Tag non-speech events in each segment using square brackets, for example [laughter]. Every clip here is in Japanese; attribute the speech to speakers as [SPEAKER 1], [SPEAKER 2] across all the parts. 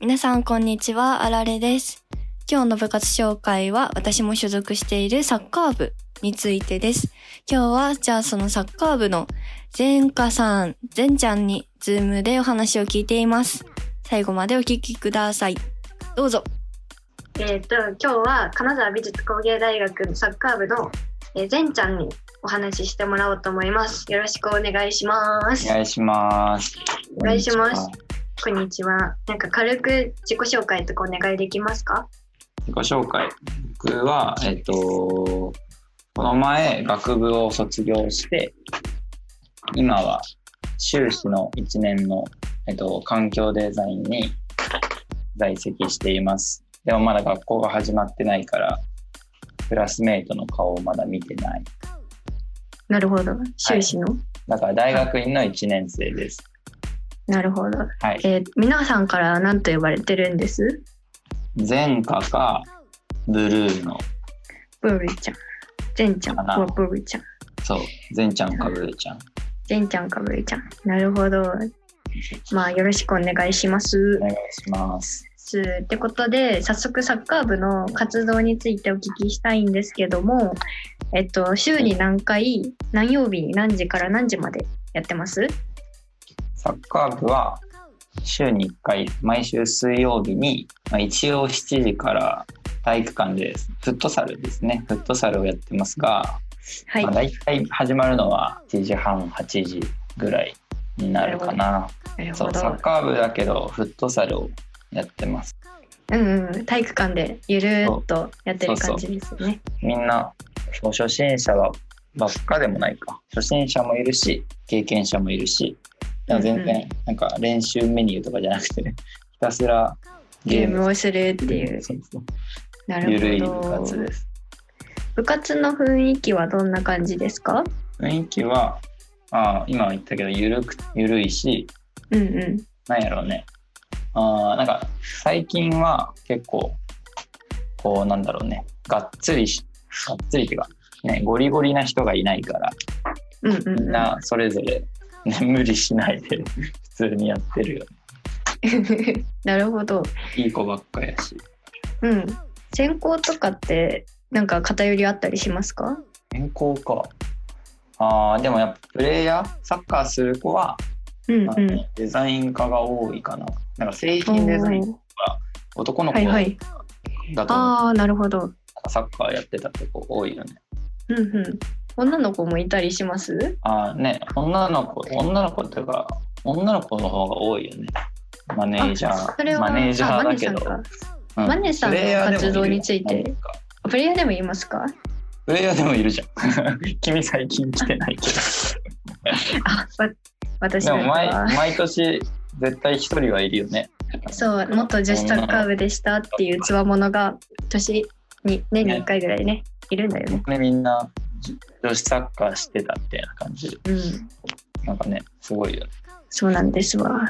[SPEAKER 1] 皆さんこんにちは、あられです。今日の部活紹介は私も所属しているサッカー部についてです。今日はじゃあそのサッカー部の善花さん、善ちゃんにズームでお話を聞いています。最後までお聞きください。どうぞ。
[SPEAKER 2] えー、と今日は金沢美術工芸大学のサッカー部の、えー、善ちゃんにお話ししてもらおうと思います。よろしくお願いします。
[SPEAKER 3] お願いします。
[SPEAKER 2] お願いしますこんにちは。なんか軽く自己紹介とかお願いできますか？
[SPEAKER 3] 自己紹介。僕は、えっと、この前、学部を卒業して、今は修士の1年の、えっと、環境デザインに在籍しています。でもまだ学校が始まってないから、クラスメイトの顔をまだ見てない。
[SPEAKER 2] なるほど。修士の、
[SPEAKER 3] だから大学院の1年生です。
[SPEAKER 2] なるほど。
[SPEAKER 3] はい。
[SPEAKER 2] えー、皆さんから何と呼ばれてるんです？
[SPEAKER 3] 前科か、ブルーの、
[SPEAKER 2] ブーリちゃん、善ちゃん、
[SPEAKER 3] かな
[SPEAKER 2] はブーリちゃん、
[SPEAKER 3] そう、前ちゃんかブルーちゃん。
[SPEAKER 2] 善ちゃんかブーリちゃん。なるほど。まあよろしくお願いします
[SPEAKER 3] お。願いします。
[SPEAKER 2] ですってことで早速サッカー部の活動についてお聞きしたいんですけども、えっと、週に何回何曜日に何時から何時までやってます
[SPEAKER 3] サッカー部は週に1回毎週水曜日に、まあ、一応7時から体育館でフットサルですねフットサルをやってますが、
[SPEAKER 2] はい
[SPEAKER 3] まあ、大体始まるのは7時半8時ぐらいになるかな
[SPEAKER 2] なる
[SPEAKER 3] そ
[SPEAKER 2] ほ
[SPEAKER 3] うサ
[SPEAKER 2] ど
[SPEAKER 3] ッ、カー部だけどフットサルをやってます
[SPEAKER 2] うんうん、体育館でゆるーっとやってる感じですね
[SPEAKER 3] みんなそう初心者はばっかでもないか初心者もいるし経験者もいるしでも全
[SPEAKER 2] うんう
[SPEAKER 3] 然なんか練習メニューとかじゃなくて、 [laughs] ひたすら
[SPEAKER 2] ゲームをするっていう
[SPEAKER 3] そうそう
[SPEAKER 2] な
[SPEAKER 3] ゆる
[SPEAKER 2] る
[SPEAKER 3] い
[SPEAKER 2] ほ
[SPEAKER 3] 部
[SPEAKER 2] ど
[SPEAKER 3] 活です。
[SPEAKER 2] 部活の雰囲気はどんな感じですか
[SPEAKER 3] 雰囲気は、あー今言ったけど、ゆるく、ゆるいし、
[SPEAKER 2] うんうん
[SPEAKER 3] なんやろうね。あーなんか、最近は結構、こう、なんだろうね、がっつりし、がっつりっていうか、ね、ゴリゴリな人がいないから、
[SPEAKER 2] うんうん
[SPEAKER 3] みん
[SPEAKER 2] うん、
[SPEAKER 3] なそれぞれ、ね、無理しないで、 [laughs] 普通にやってるよ、
[SPEAKER 2] [laughs]
[SPEAKER 3] ね。
[SPEAKER 2] なるほど
[SPEAKER 3] いい子ばっかやし。
[SPEAKER 2] うん専攻とかってなんか偏りあったりしますか
[SPEAKER 3] 健康か。ああ、でもやっぱプレイヤー、サッカーする子は、
[SPEAKER 2] うん
[SPEAKER 3] まあ
[SPEAKER 2] う
[SPEAKER 3] ね
[SPEAKER 2] ん
[SPEAKER 3] デザイン科が多いかな。なんか製品デザイン、男の子
[SPEAKER 2] は
[SPEAKER 3] だ
[SPEAKER 2] い
[SPEAKER 3] と思う、
[SPEAKER 2] はいああなるほど。
[SPEAKER 3] サッカーやってたとこ多いよね。
[SPEAKER 2] うんうん。女の子もいたりします？
[SPEAKER 3] ああね、女の子、女の子っていうか、女の子の方が多いよね。マネージャ
[SPEAKER 2] それ
[SPEAKER 3] ー、
[SPEAKER 2] は
[SPEAKER 3] マネージャーだけど。
[SPEAKER 2] あマネさんかマネさん
[SPEAKER 3] うん
[SPEAKER 2] の
[SPEAKER 3] プレイヤーでもる
[SPEAKER 2] 活動について
[SPEAKER 3] なんか
[SPEAKER 2] プレイヤーでも言いますか？
[SPEAKER 3] プレイヤーでもいるじゃん。 [laughs] 君最近来てないけ
[SPEAKER 2] あ、わ私
[SPEAKER 3] ど。で
[SPEAKER 2] なん
[SPEAKER 3] も
[SPEAKER 2] か
[SPEAKER 3] 毎
[SPEAKER 2] は
[SPEAKER 3] 毎年絶対一人はいるよね。
[SPEAKER 2] そう元女子サッカー部でしたっていうつわものが年に年に1回ぐらいねいるんだよね。
[SPEAKER 3] ね、みんなじ女子サッカーしてたみたいな感じで、
[SPEAKER 2] うん。
[SPEAKER 3] なんかね、すごいよね。 [laughs]
[SPEAKER 2] そうなんですわ。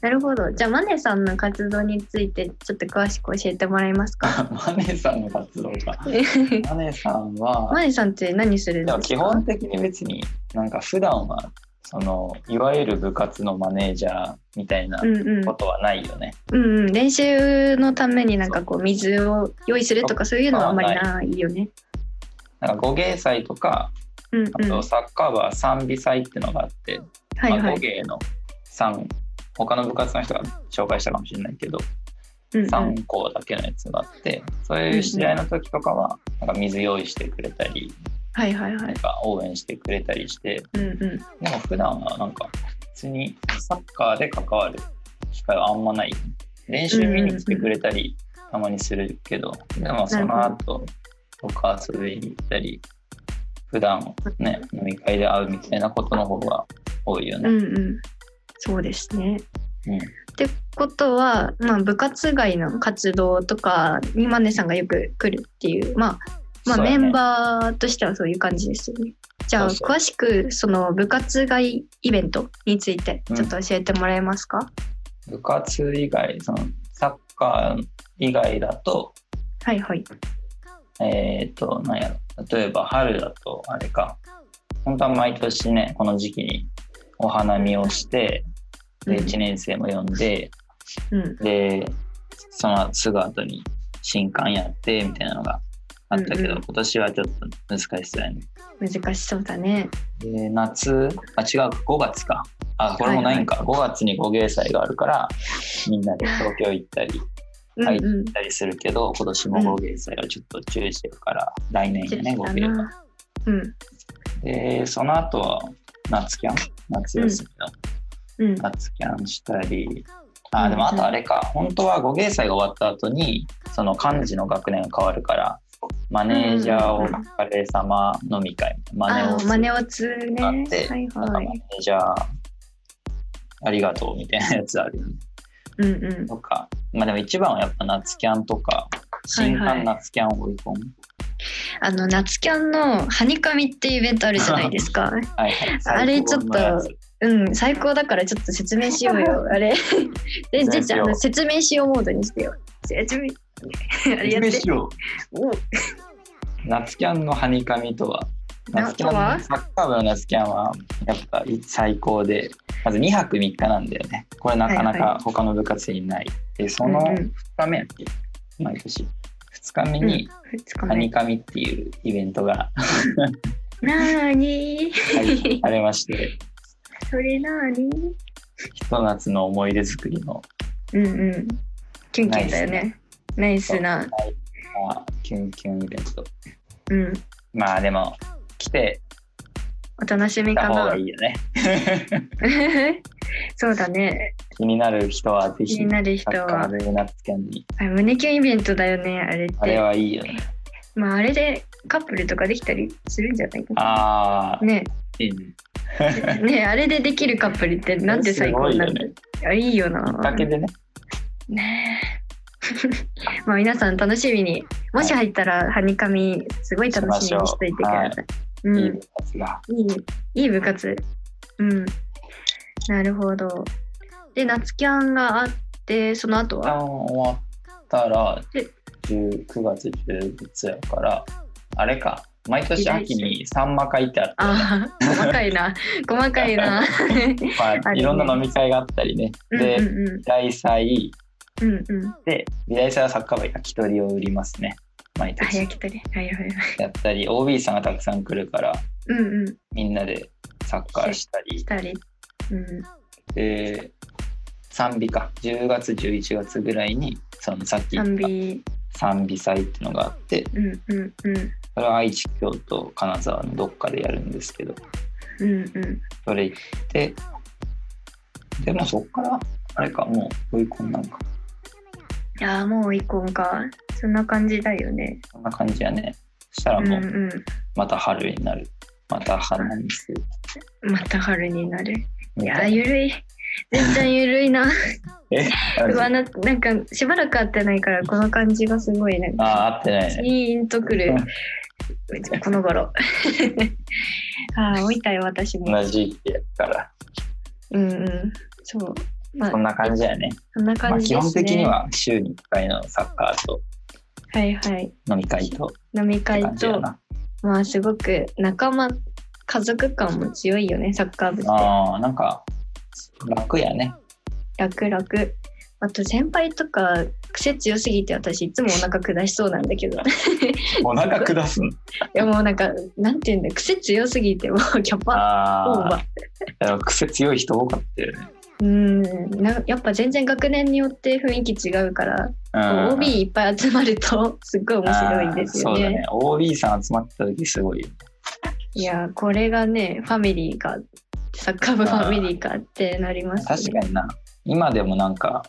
[SPEAKER 2] なるほど。じゃあマネさんの活動についてちょっと詳しく教えてもらえますか？
[SPEAKER 3] マネさんの活動
[SPEAKER 2] [laughs]
[SPEAKER 3] か。マネさんは、
[SPEAKER 2] マネさんって何するん
[SPEAKER 3] で
[SPEAKER 2] です
[SPEAKER 3] も
[SPEAKER 2] か？
[SPEAKER 3] 基本的に別になんか普段はそのいわゆる部活のマネージャーみたいな
[SPEAKER 2] うんうん
[SPEAKER 3] ことはないよね。
[SPEAKER 2] うんうん、練習のためになんかこう水を用意するとかそういうのはあんまりないよね。
[SPEAKER 3] なんか五芸祭とか
[SPEAKER 2] うん
[SPEAKER 3] あ
[SPEAKER 2] うん、
[SPEAKER 3] とサッカー部は三美祭ってのがあって、
[SPEAKER 2] はい
[SPEAKER 3] ま
[SPEAKER 2] は
[SPEAKER 3] あ、五
[SPEAKER 2] い。
[SPEAKER 3] 芸の三他の部活の人が紹介したかもしれないけど、
[SPEAKER 2] うんうん
[SPEAKER 3] 三校だけのやつがあってそういう試合の時とかはなんか水用意してくれたり
[SPEAKER 2] はいはいは
[SPEAKER 3] なん
[SPEAKER 2] い。
[SPEAKER 3] か応援してくれたりして
[SPEAKER 2] うんうん、
[SPEAKER 3] でも普段はなんか普通にサッカーで関わる機会はあんまない。練習見に来てくれたりたまにするけど、でもその後とか遊びに行ったり、普段ね、飲み会で会うみたいなことの方が多いよ
[SPEAKER 2] う
[SPEAKER 3] ね。
[SPEAKER 2] んうん。そうですね。
[SPEAKER 3] うん
[SPEAKER 2] ってことは、まあ、部活外の活動とかにマネさんがよく来るっていう、まあまあ、
[SPEAKER 3] そうだ
[SPEAKER 2] メ
[SPEAKER 3] ね
[SPEAKER 2] ンバーとしてはそういう感じですよね。じゃあ
[SPEAKER 3] そうそう
[SPEAKER 2] 詳しくその部活外イベントについてちょっと教えてもらえますか、
[SPEAKER 3] 部活以外、そのサッカー以外だと、
[SPEAKER 2] はいはい。
[SPEAKER 3] えっ、と、なんやろ、例えば春だとあれか、本当は毎年ね、この時期にお花見をして、
[SPEAKER 2] うん
[SPEAKER 3] で1年生も呼んで、
[SPEAKER 2] うん。
[SPEAKER 3] で、そのすぐ後に新刊やってみたいなのがあったけど、
[SPEAKER 2] うんうん
[SPEAKER 3] 今年はちょっと難しそうやね。
[SPEAKER 2] 難しそうだね。
[SPEAKER 3] で、夏、あ、違う、5月か。あ、これもないんか。5月に五芸祭があるから、みんなで東京行ったり、行
[SPEAKER 2] うん
[SPEAKER 3] はい
[SPEAKER 2] うん
[SPEAKER 3] っ。たりするけど、今年も五芸祭はちょっと注意してるから、来年やね、五
[SPEAKER 2] だ
[SPEAKER 3] 芸祭。
[SPEAKER 2] な。うん。
[SPEAKER 3] で、その後は夏キャン夏休みの
[SPEAKER 2] うん。
[SPEAKER 3] 夏キャンしたり、あー、で
[SPEAKER 2] うん
[SPEAKER 3] もあとあれか、本当は五芸祭が終わった後に、その幹事の学年が変わるから、マネージャーをお疲れ様飲み会、マネ
[SPEAKER 2] あ
[SPEAKER 3] を
[SPEAKER 2] あ、
[SPEAKER 3] す
[SPEAKER 2] マ
[SPEAKER 3] る
[SPEAKER 2] ネオツね。
[SPEAKER 3] あ
[SPEAKER 2] は
[SPEAKER 3] って
[SPEAKER 2] い
[SPEAKER 3] なんか
[SPEAKER 2] は
[SPEAKER 3] マネ
[SPEAKER 2] い。
[SPEAKER 3] ージャーありがとうみたいなやつあるよね。
[SPEAKER 2] うんうん。
[SPEAKER 3] とか、まあでも一番はやっぱ夏キャンとか、新刊夏キャンを追い込む。
[SPEAKER 2] あの、夏キャンのハニカミっていうイベントあるじゃないですか。
[SPEAKER 3] はいはい。
[SPEAKER 2] あれちょっと
[SPEAKER 3] 最高のやつ
[SPEAKER 2] うん、最高だからちょっと説明しよう
[SPEAKER 3] [laughs]
[SPEAKER 2] よ。あれ。 [laughs] で、じいちゃんあの、説明しようモードにしてよ。説明。 [laughs] あれやって
[SPEAKER 3] 説。明しよう
[SPEAKER 2] お
[SPEAKER 3] 夏キャンのハニカミとは
[SPEAKER 2] な
[SPEAKER 3] 夏キャン
[SPEAKER 2] とは
[SPEAKER 3] のサッカー部の夏キャンはやっぱ最高でまず2泊3日なんだよねこれなかな
[SPEAKER 2] はいは
[SPEAKER 3] か他の部活にない、でその
[SPEAKER 2] うんう
[SPEAKER 3] 2
[SPEAKER 2] ん
[SPEAKER 3] 日目やっけ毎年2日目に
[SPEAKER 2] 二日
[SPEAKER 3] ハニ
[SPEAKER 2] 目。
[SPEAKER 3] カミっていうイベン
[SPEAKER 2] [laughs]
[SPEAKER 3] トが
[SPEAKER 2] なーに
[SPEAKER 3] 開催されまして
[SPEAKER 2] それなーに
[SPEAKER 3] ひと夏の思い出作りの
[SPEAKER 2] うんうん。キュンキュンだよね。ナイスな。
[SPEAKER 3] まあキュンキュンイベント
[SPEAKER 2] うん。
[SPEAKER 3] まあでも来て
[SPEAKER 2] お楽しみ
[SPEAKER 3] た
[SPEAKER 2] か
[SPEAKER 3] 方
[SPEAKER 2] な
[SPEAKER 3] がい。いよね
[SPEAKER 2] [laughs] そうだね。
[SPEAKER 3] 気になる人はぜ
[SPEAKER 2] 気
[SPEAKER 3] ひ
[SPEAKER 2] になる
[SPEAKER 3] サ
[SPEAKER 2] 人
[SPEAKER 3] ッカー
[SPEAKER 2] は。
[SPEAKER 3] 部夏キャンに
[SPEAKER 2] あ胸キュンイベントだよね、あれって。
[SPEAKER 3] あれはいいよね
[SPEAKER 2] まあ、あれでカップルとかできたりするんじゃないかな。
[SPEAKER 3] ああ、
[SPEAKER 2] ね
[SPEAKER 3] いいね。
[SPEAKER 2] [laughs] ねあれでできるカップルってなんて最高なんだ
[SPEAKER 3] すごいよね
[SPEAKER 2] あいいよ
[SPEAKER 3] きっか
[SPEAKER 2] な。
[SPEAKER 3] けでね。
[SPEAKER 2] ねえ [laughs] まあ皆さん楽しみに。もし入ったら、はにかみ、すごい楽しみにしといてください。
[SPEAKER 3] し
[SPEAKER 2] うん
[SPEAKER 3] いい部活が。
[SPEAKER 2] いい、いい部活。うん。なるほど。で、夏キャンがあって、その後
[SPEAKER 3] 一旦
[SPEAKER 2] は
[SPEAKER 3] 終わったら
[SPEAKER 2] で、
[SPEAKER 3] 10 9月10月やから、あれか。毎年秋にサンマ会ってあって、
[SPEAKER 2] ああ、細かいな。細かいな。
[SPEAKER 3] まあ、いろんな飲み会があったりね。
[SPEAKER 2] うんうん
[SPEAKER 3] [laughs] で、
[SPEAKER 2] う
[SPEAKER 3] 美大祭
[SPEAKER 2] ん。うんうん。
[SPEAKER 3] で、美大祭はサッカー部焼き鳥を売りますね。毎
[SPEAKER 2] あ、焼
[SPEAKER 3] 年
[SPEAKER 2] き鳥。はいはいはい。
[SPEAKER 3] やったり、OB さんがたくさん来るから、
[SPEAKER 2] うんうん。
[SPEAKER 3] みんなでサッカーしたり
[SPEAKER 2] し、たり。うん。
[SPEAKER 3] で、賛美か。10月、11月ぐらいに、そのさっき言っ
[SPEAKER 2] 賛
[SPEAKER 3] た
[SPEAKER 2] 美。
[SPEAKER 3] 賛美祭っていうのがあって
[SPEAKER 2] うんうんうん。
[SPEAKER 3] それは愛知京都金沢のどっかでやるんですけど
[SPEAKER 2] うんうん。
[SPEAKER 3] それ行ってでもそっからあれかもう追い込んなんか
[SPEAKER 2] いやーもう一本か。そんな感じだよね。
[SPEAKER 3] そんな感じやねそした
[SPEAKER 2] う
[SPEAKER 3] ら
[SPEAKER 2] ん
[SPEAKER 3] も
[SPEAKER 2] う。
[SPEAKER 3] うんまた春になるまた花にする
[SPEAKER 2] また春になる。い
[SPEAKER 3] み
[SPEAKER 2] や
[SPEAKER 3] た
[SPEAKER 2] ー
[SPEAKER 3] い
[SPEAKER 2] ゆるい。全然ゆるい
[SPEAKER 3] [laughs]
[SPEAKER 2] な。うわ
[SPEAKER 3] な
[SPEAKER 2] ななんかしばらく会ってないからこの感じがすごいなん
[SPEAKER 3] あ
[SPEAKER 2] か
[SPEAKER 3] あ合ってないね
[SPEAKER 2] いいんとくるこの頃 [laughs] ああ置いたよ私も
[SPEAKER 3] 同じってやから
[SPEAKER 2] うんうんそうまあ
[SPEAKER 3] そんな感じやね
[SPEAKER 2] そんな
[SPEAKER 3] まあ
[SPEAKER 2] 感じです
[SPEAKER 3] 基
[SPEAKER 2] ね、
[SPEAKER 3] 本的には週に1回のサッカーと
[SPEAKER 2] はいはい
[SPEAKER 3] 飲み会とっ
[SPEAKER 2] 飲み
[SPEAKER 3] て
[SPEAKER 2] 会
[SPEAKER 3] 感じや
[SPEAKER 2] と
[SPEAKER 3] な
[SPEAKER 2] まあすごく仲間家族感も強いよねサッカー部って
[SPEAKER 3] あーなんか楽やね
[SPEAKER 2] 楽々あと先輩とか癖強すぎて私いつもお腹下しそうなんだけ
[SPEAKER 3] [laughs]
[SPEAKER 2] ど
[SPEAKER 3] お腹下すの
[SPEAKER 2] いやもうなんかなんていうんだ癖強すぎてもう [laughs] キャパオー
[SPEAKER 3] あ
[SPEAKER 2] バー
[SPEAKER 3] あー癖強い人多かったよね
[SPEAKER 2] うんなやっぱ全然学年によって雰囲気違うから、
[SPEAKER 3] うん
[SPEAKER 2] OB いっぱい集まると [laughs] すっごい面白いんですよ
[SPEAKER 3] あーそう
[SPEAKER 2] ね。
[SPEAKER 3] だね OB さん集まった時すごいよ
[SPEAKER 2] いやーこれがねファミリーかサッカー部ファミリーかってなります
[SPEAKER 3] 確かにな今でもなんか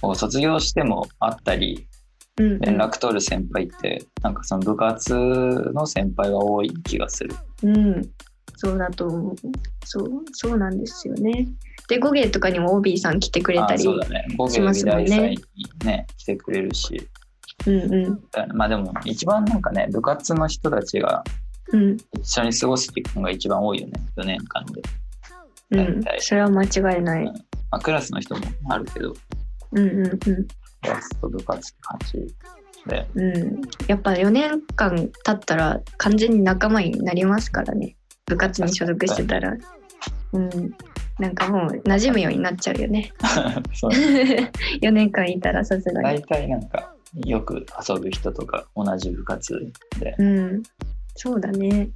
[SPEAKER 3] こう卒業しても会ったり
[SPEAKER 2] に、うんうん、
[SPEAKER 3] 連絡取る先輩ってなんかその部活の先輩が多い気がする
[SPEAKER 2] うんそうだと思うそうそうなんですよね。で5芸とかにも OB さん来てくれ
[SPEAKER 3] あ
[SPEAKER 2] た
[SPEAKER 3] ー
[SPEAKER 2] り
[SPEAKER 3] そうだね僕
[SPEAKER 2] し
[SPEAKER 3] よ
[SPEAKER 2] ま
[SPEAKER 3] り
[SPEAKER 2] すもん
[SPEAKER 3] 大
[SPEAKER 2] ね
[SPEAKER 3] 祭にね来てくれるし
[SPEAKER 2] うんうん
[SPEAKER 3] まあでも一番なんかね部活の人たちが
[SPEAKER 2] うん
[SPEAKER 3] 一緒に過ごす時間が一番多いよね4年間で、
[SPEAKER 2] う
[SPEAKER 3] 大
[SPEAKER 2] ん
[SPEAKER 3] 体
[SPEAKER 2] それは間違いない。
[SPEAKER 3] まあ、クラスの人もあるけど
[SPEAKER 2] うんうんうん
[SPEAKER 3] クラスと部活って感じで [laughs]
[SPEAKER 2] うん、やっぱ4年間経ったら完全に仲間になりますからね部活に所属してたら、うん、
[SPEAKER 4] なんかもう馴染むようになっちゃうよ
[SPEAKER 2] [laughs]
[SPEAKER 4] ね。
[SPEAKER 3] そう
[SPEAKER 4] 4年間いたらさすがに。
[SPEAKER 3] 大体なんかよく遊ぶ人とか同じ
[SPEAKER 4] [laughs]
[SPEAKER 3] 部活で
[SPEAKER 4] うん。そうだね。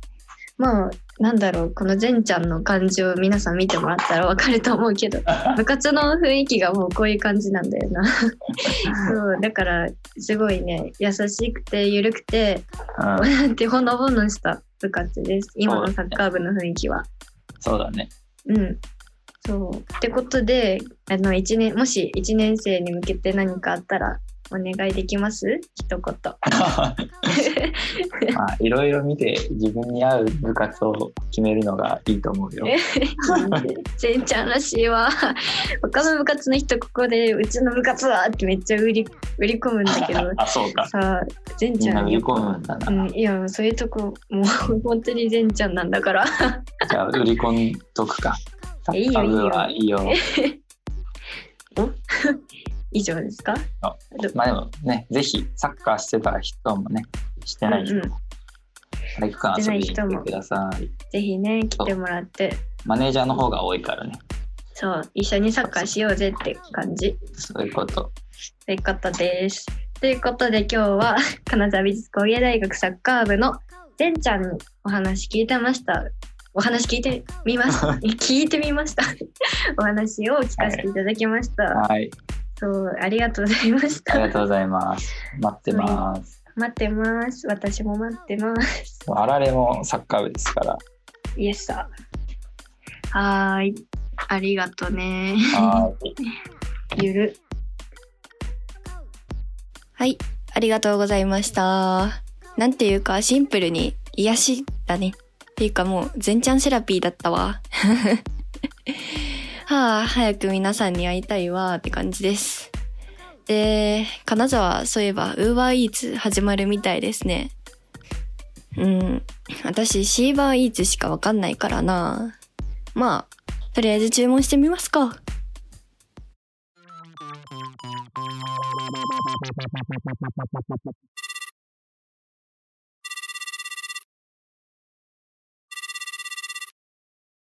[SPEAKER 4] まあ、なんだろう、この善ちゃんの感じを皆さん見てもらったらわかると思うけど、部活の雰囲気がもうこういう感じなんだよな。そう、だから、すごいね、優しくて、ゆるくて、
[SPEAKER 3] うん
[SPEAKER 4] なんてほのぼのした部活です。今のサッカー部の雰囲気は。
[SPEAKER 3] そう
[SPEAKER 4] [laughs]
[SPEAKER 3] だね
[SPEAKER 4] うん。そう。ってことで、あの、一年、もし1年生に向けて何かあったら、お願いできます一言。
[SPEAKER 3] まあいろいろ見て自分に合う部活を決めるのがいいと思うよ、
[SPEAKER 4] え [laughs] せんちゃんらしい [laughs] わ。他の部活の人ここで、うちの部活はってめっちゃ売り、売り込むんだ [laughs] けど
[SPEAKER 3] あそうか
[SPEAKER 4] さあ、せん
[SPEAKER 3] み
[SPEAKER 4] ち
[SPEAKER 3] ん
[SPEAKER 4] ゃ
[SPEAKER 3] なん売り込むんだな、
[SPEAKER 4] うん、いや、そういうとこ、もう [laughs] 本当に善ちゃんなんだから。 [laughs]
[SPEAKER 3] じゃあ売り込んとくかサ
[SPEAKER 4] いいよ
[SPEAKER 3] ッカー部はいいよ
[SPEAKER 4] 以上ですか
[SPEAKER 3] まあでもねぜひサッカーしてた人もねしてない人も、
[SPEAKER 4] うんうん
[SPEAKER 3] 体育館遊びに来てください
[SPEAKER 4] ぜひね、来てもらって、
[SPEAKER 3] マネージャーの方が多いからね
[SPEAKER 4] そう、一緒にサッカーしようぜって感じ。
[SPEAKER 3] そういうこと
[SPEAKER 4] ということです。ということで今日は [laughs] 金沢美術工芸大学サッカー部の善ちゃんにお話聞いてました。お話聞いてみま
[SPEAKER 3] [laughs]
[SPEAKER 4] した。聞いてみました。 [laughs] お話を聞かせていただきました。
[SPEAKER 3] はい
[SPEAKER 4] そう、ありがとうございまし
[SPEAKER 3] あり
[SPEAKER 4] た。 [laughs]
[SPEAKER 3] がとうございます待ってます、
[SPEAKER 4] 待ってます。私も待ってます。
[SPEAKER 3] あられもサッカー部で
[SPEAKER 4] [laughs]
[SPEAKER 3] すから
[SPEAKER 4] イエスだ。はーい。ありがとね。
[SPEAKER 3] はい
[SPEAKER 4] ゆる。
[SPEAKER 2] はい。ありがとうございました。なんていうか、シンプルに癒しだね。っていうかもう、全ちゃんセラピーだったわ。 [laughs] はあ、早く皆さんに会いたいわって感じです。で、金沢、そういえば、ウーバーイーツ始まるみたいですね。うん。私、シーバーイーツしかわかんないからな。まあ、とりあえず注文してみますか。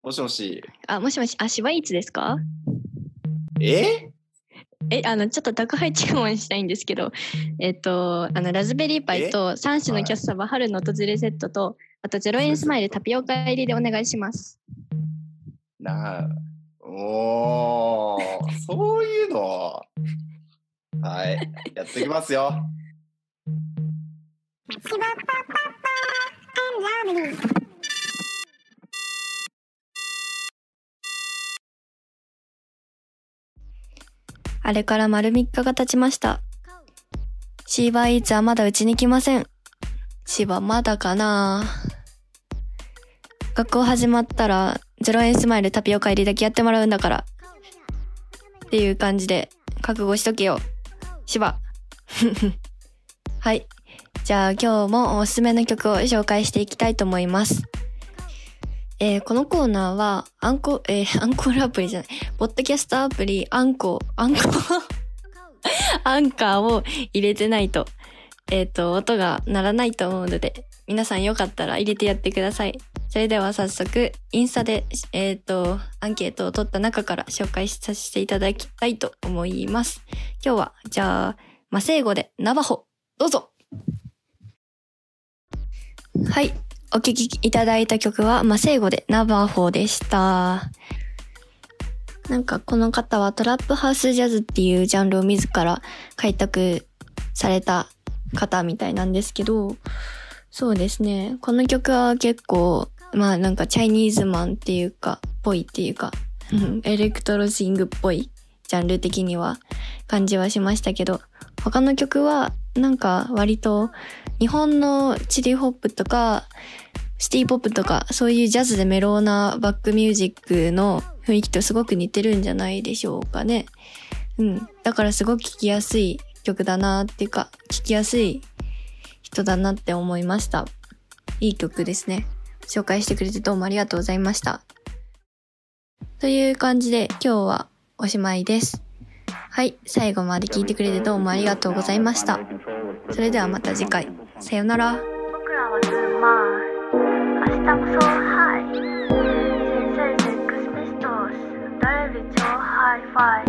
[SPEAKER 5] もしもし。
[SPEAKER 2] あ、もしもし、あ、シバイーツですか
[SPEAKER 5] え
[SPEAKER 2] え、あの、ちょっと宅配注文したいんですけど、えっと、あの、ラズベリーパイと3種のキャッサバ、春の訪れセットと、あと0円スマイルタピオカ入りでお願いします。
[SPEAKER 5] なあ。おー、そういうの。はい。やってきますよ。
[SPEAKER 2] あれから丸3日が経ちました。シーバーイーツはまだうちに来ません。シバまだかな学校始まったら、0円スマイルタピオカ入りだけやってもらうんだから。っていう感じで、覚悟しとけよ。シバ。 [laughs] はい。じゃあ今日もおすすめの曲を紹介していきたいと思います。えーこのコーナーは、アンコ、えーアンコールアプリじゃない、ポッドキャストアプリ、アンコ、アンコ、アンカーを入れてないと、えっ、と、音が鳴らないと思うので、皆さんよかったら入れてやってください。それでは早速、インスタで、えっ、と、アンケートを取った中から紹介させていただきたいと思います。今日は、じゃあ、マセイ語でナバホ、どうぞはい。お聴きいただいた曲は、マセイ語でナバホでした。なんかこの方はトラップハウスジャズっていうジャンルを自ら開拓された方みたいなんですけど、そうですね。この曲は結構、まあなんかチャイニーズマンっていうか、ぽいっていうか、うんエレクトロシングっぽいジャンル的には感じはしましたけど、他の曲はなんか割と日本のチリホップとか、シティポップとか、そういうジャズでメローなバックミュージックの雰囲気とすごく似てるんじゃないでしょうかね。うん。だからすごく聴きやすい曲だなっていうか、聴きやすい人だなって思いました。いい曲ですね。紹介してくれてどうもありがとうございました。という感じで今日はおしまいです。はい。最後まで聞いてくれてどうもありがとうございました。それではまた次回。さよなら。
[SPEAKER 6] 僕らはズーマー明日もそうハイ先生セックスピストルス Hi-Fi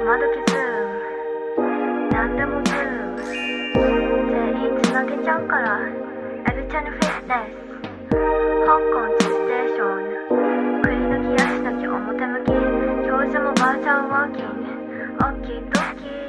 [SPEAKER 6] 今時ズーム何でもズーム全員つなげちゃうからエビちゃんにフィットネス香港地ステーションくり抜き足だけ表向き教授もバーチャルワーキングオッキードッキー